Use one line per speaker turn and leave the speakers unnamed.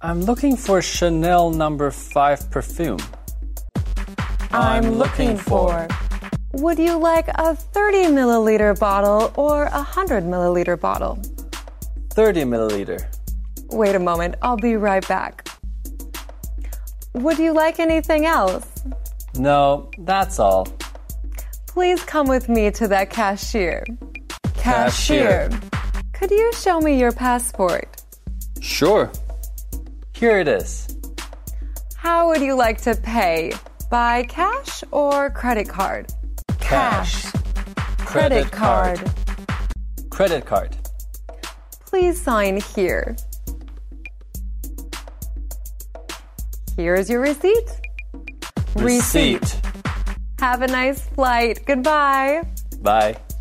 I'm looking for Chanel number five perfume. I'm looking for-
Would you like a 30 milliliter bottle or a 100 milliliter bottle?
30 milliliter.
Wait a moment, I'll be right back. Would you like anything else?
No, that's all.
Please come with me to that cashier.
Cashier.
Could you show me your passport?
Sure. Here it is.
How would you like to pay? By cash or credit card? Cash.
Credit card. Credit card.
Please sign here. Here is your receipt.
Receipt.
Have a nice flight. Goodbye.
Bye.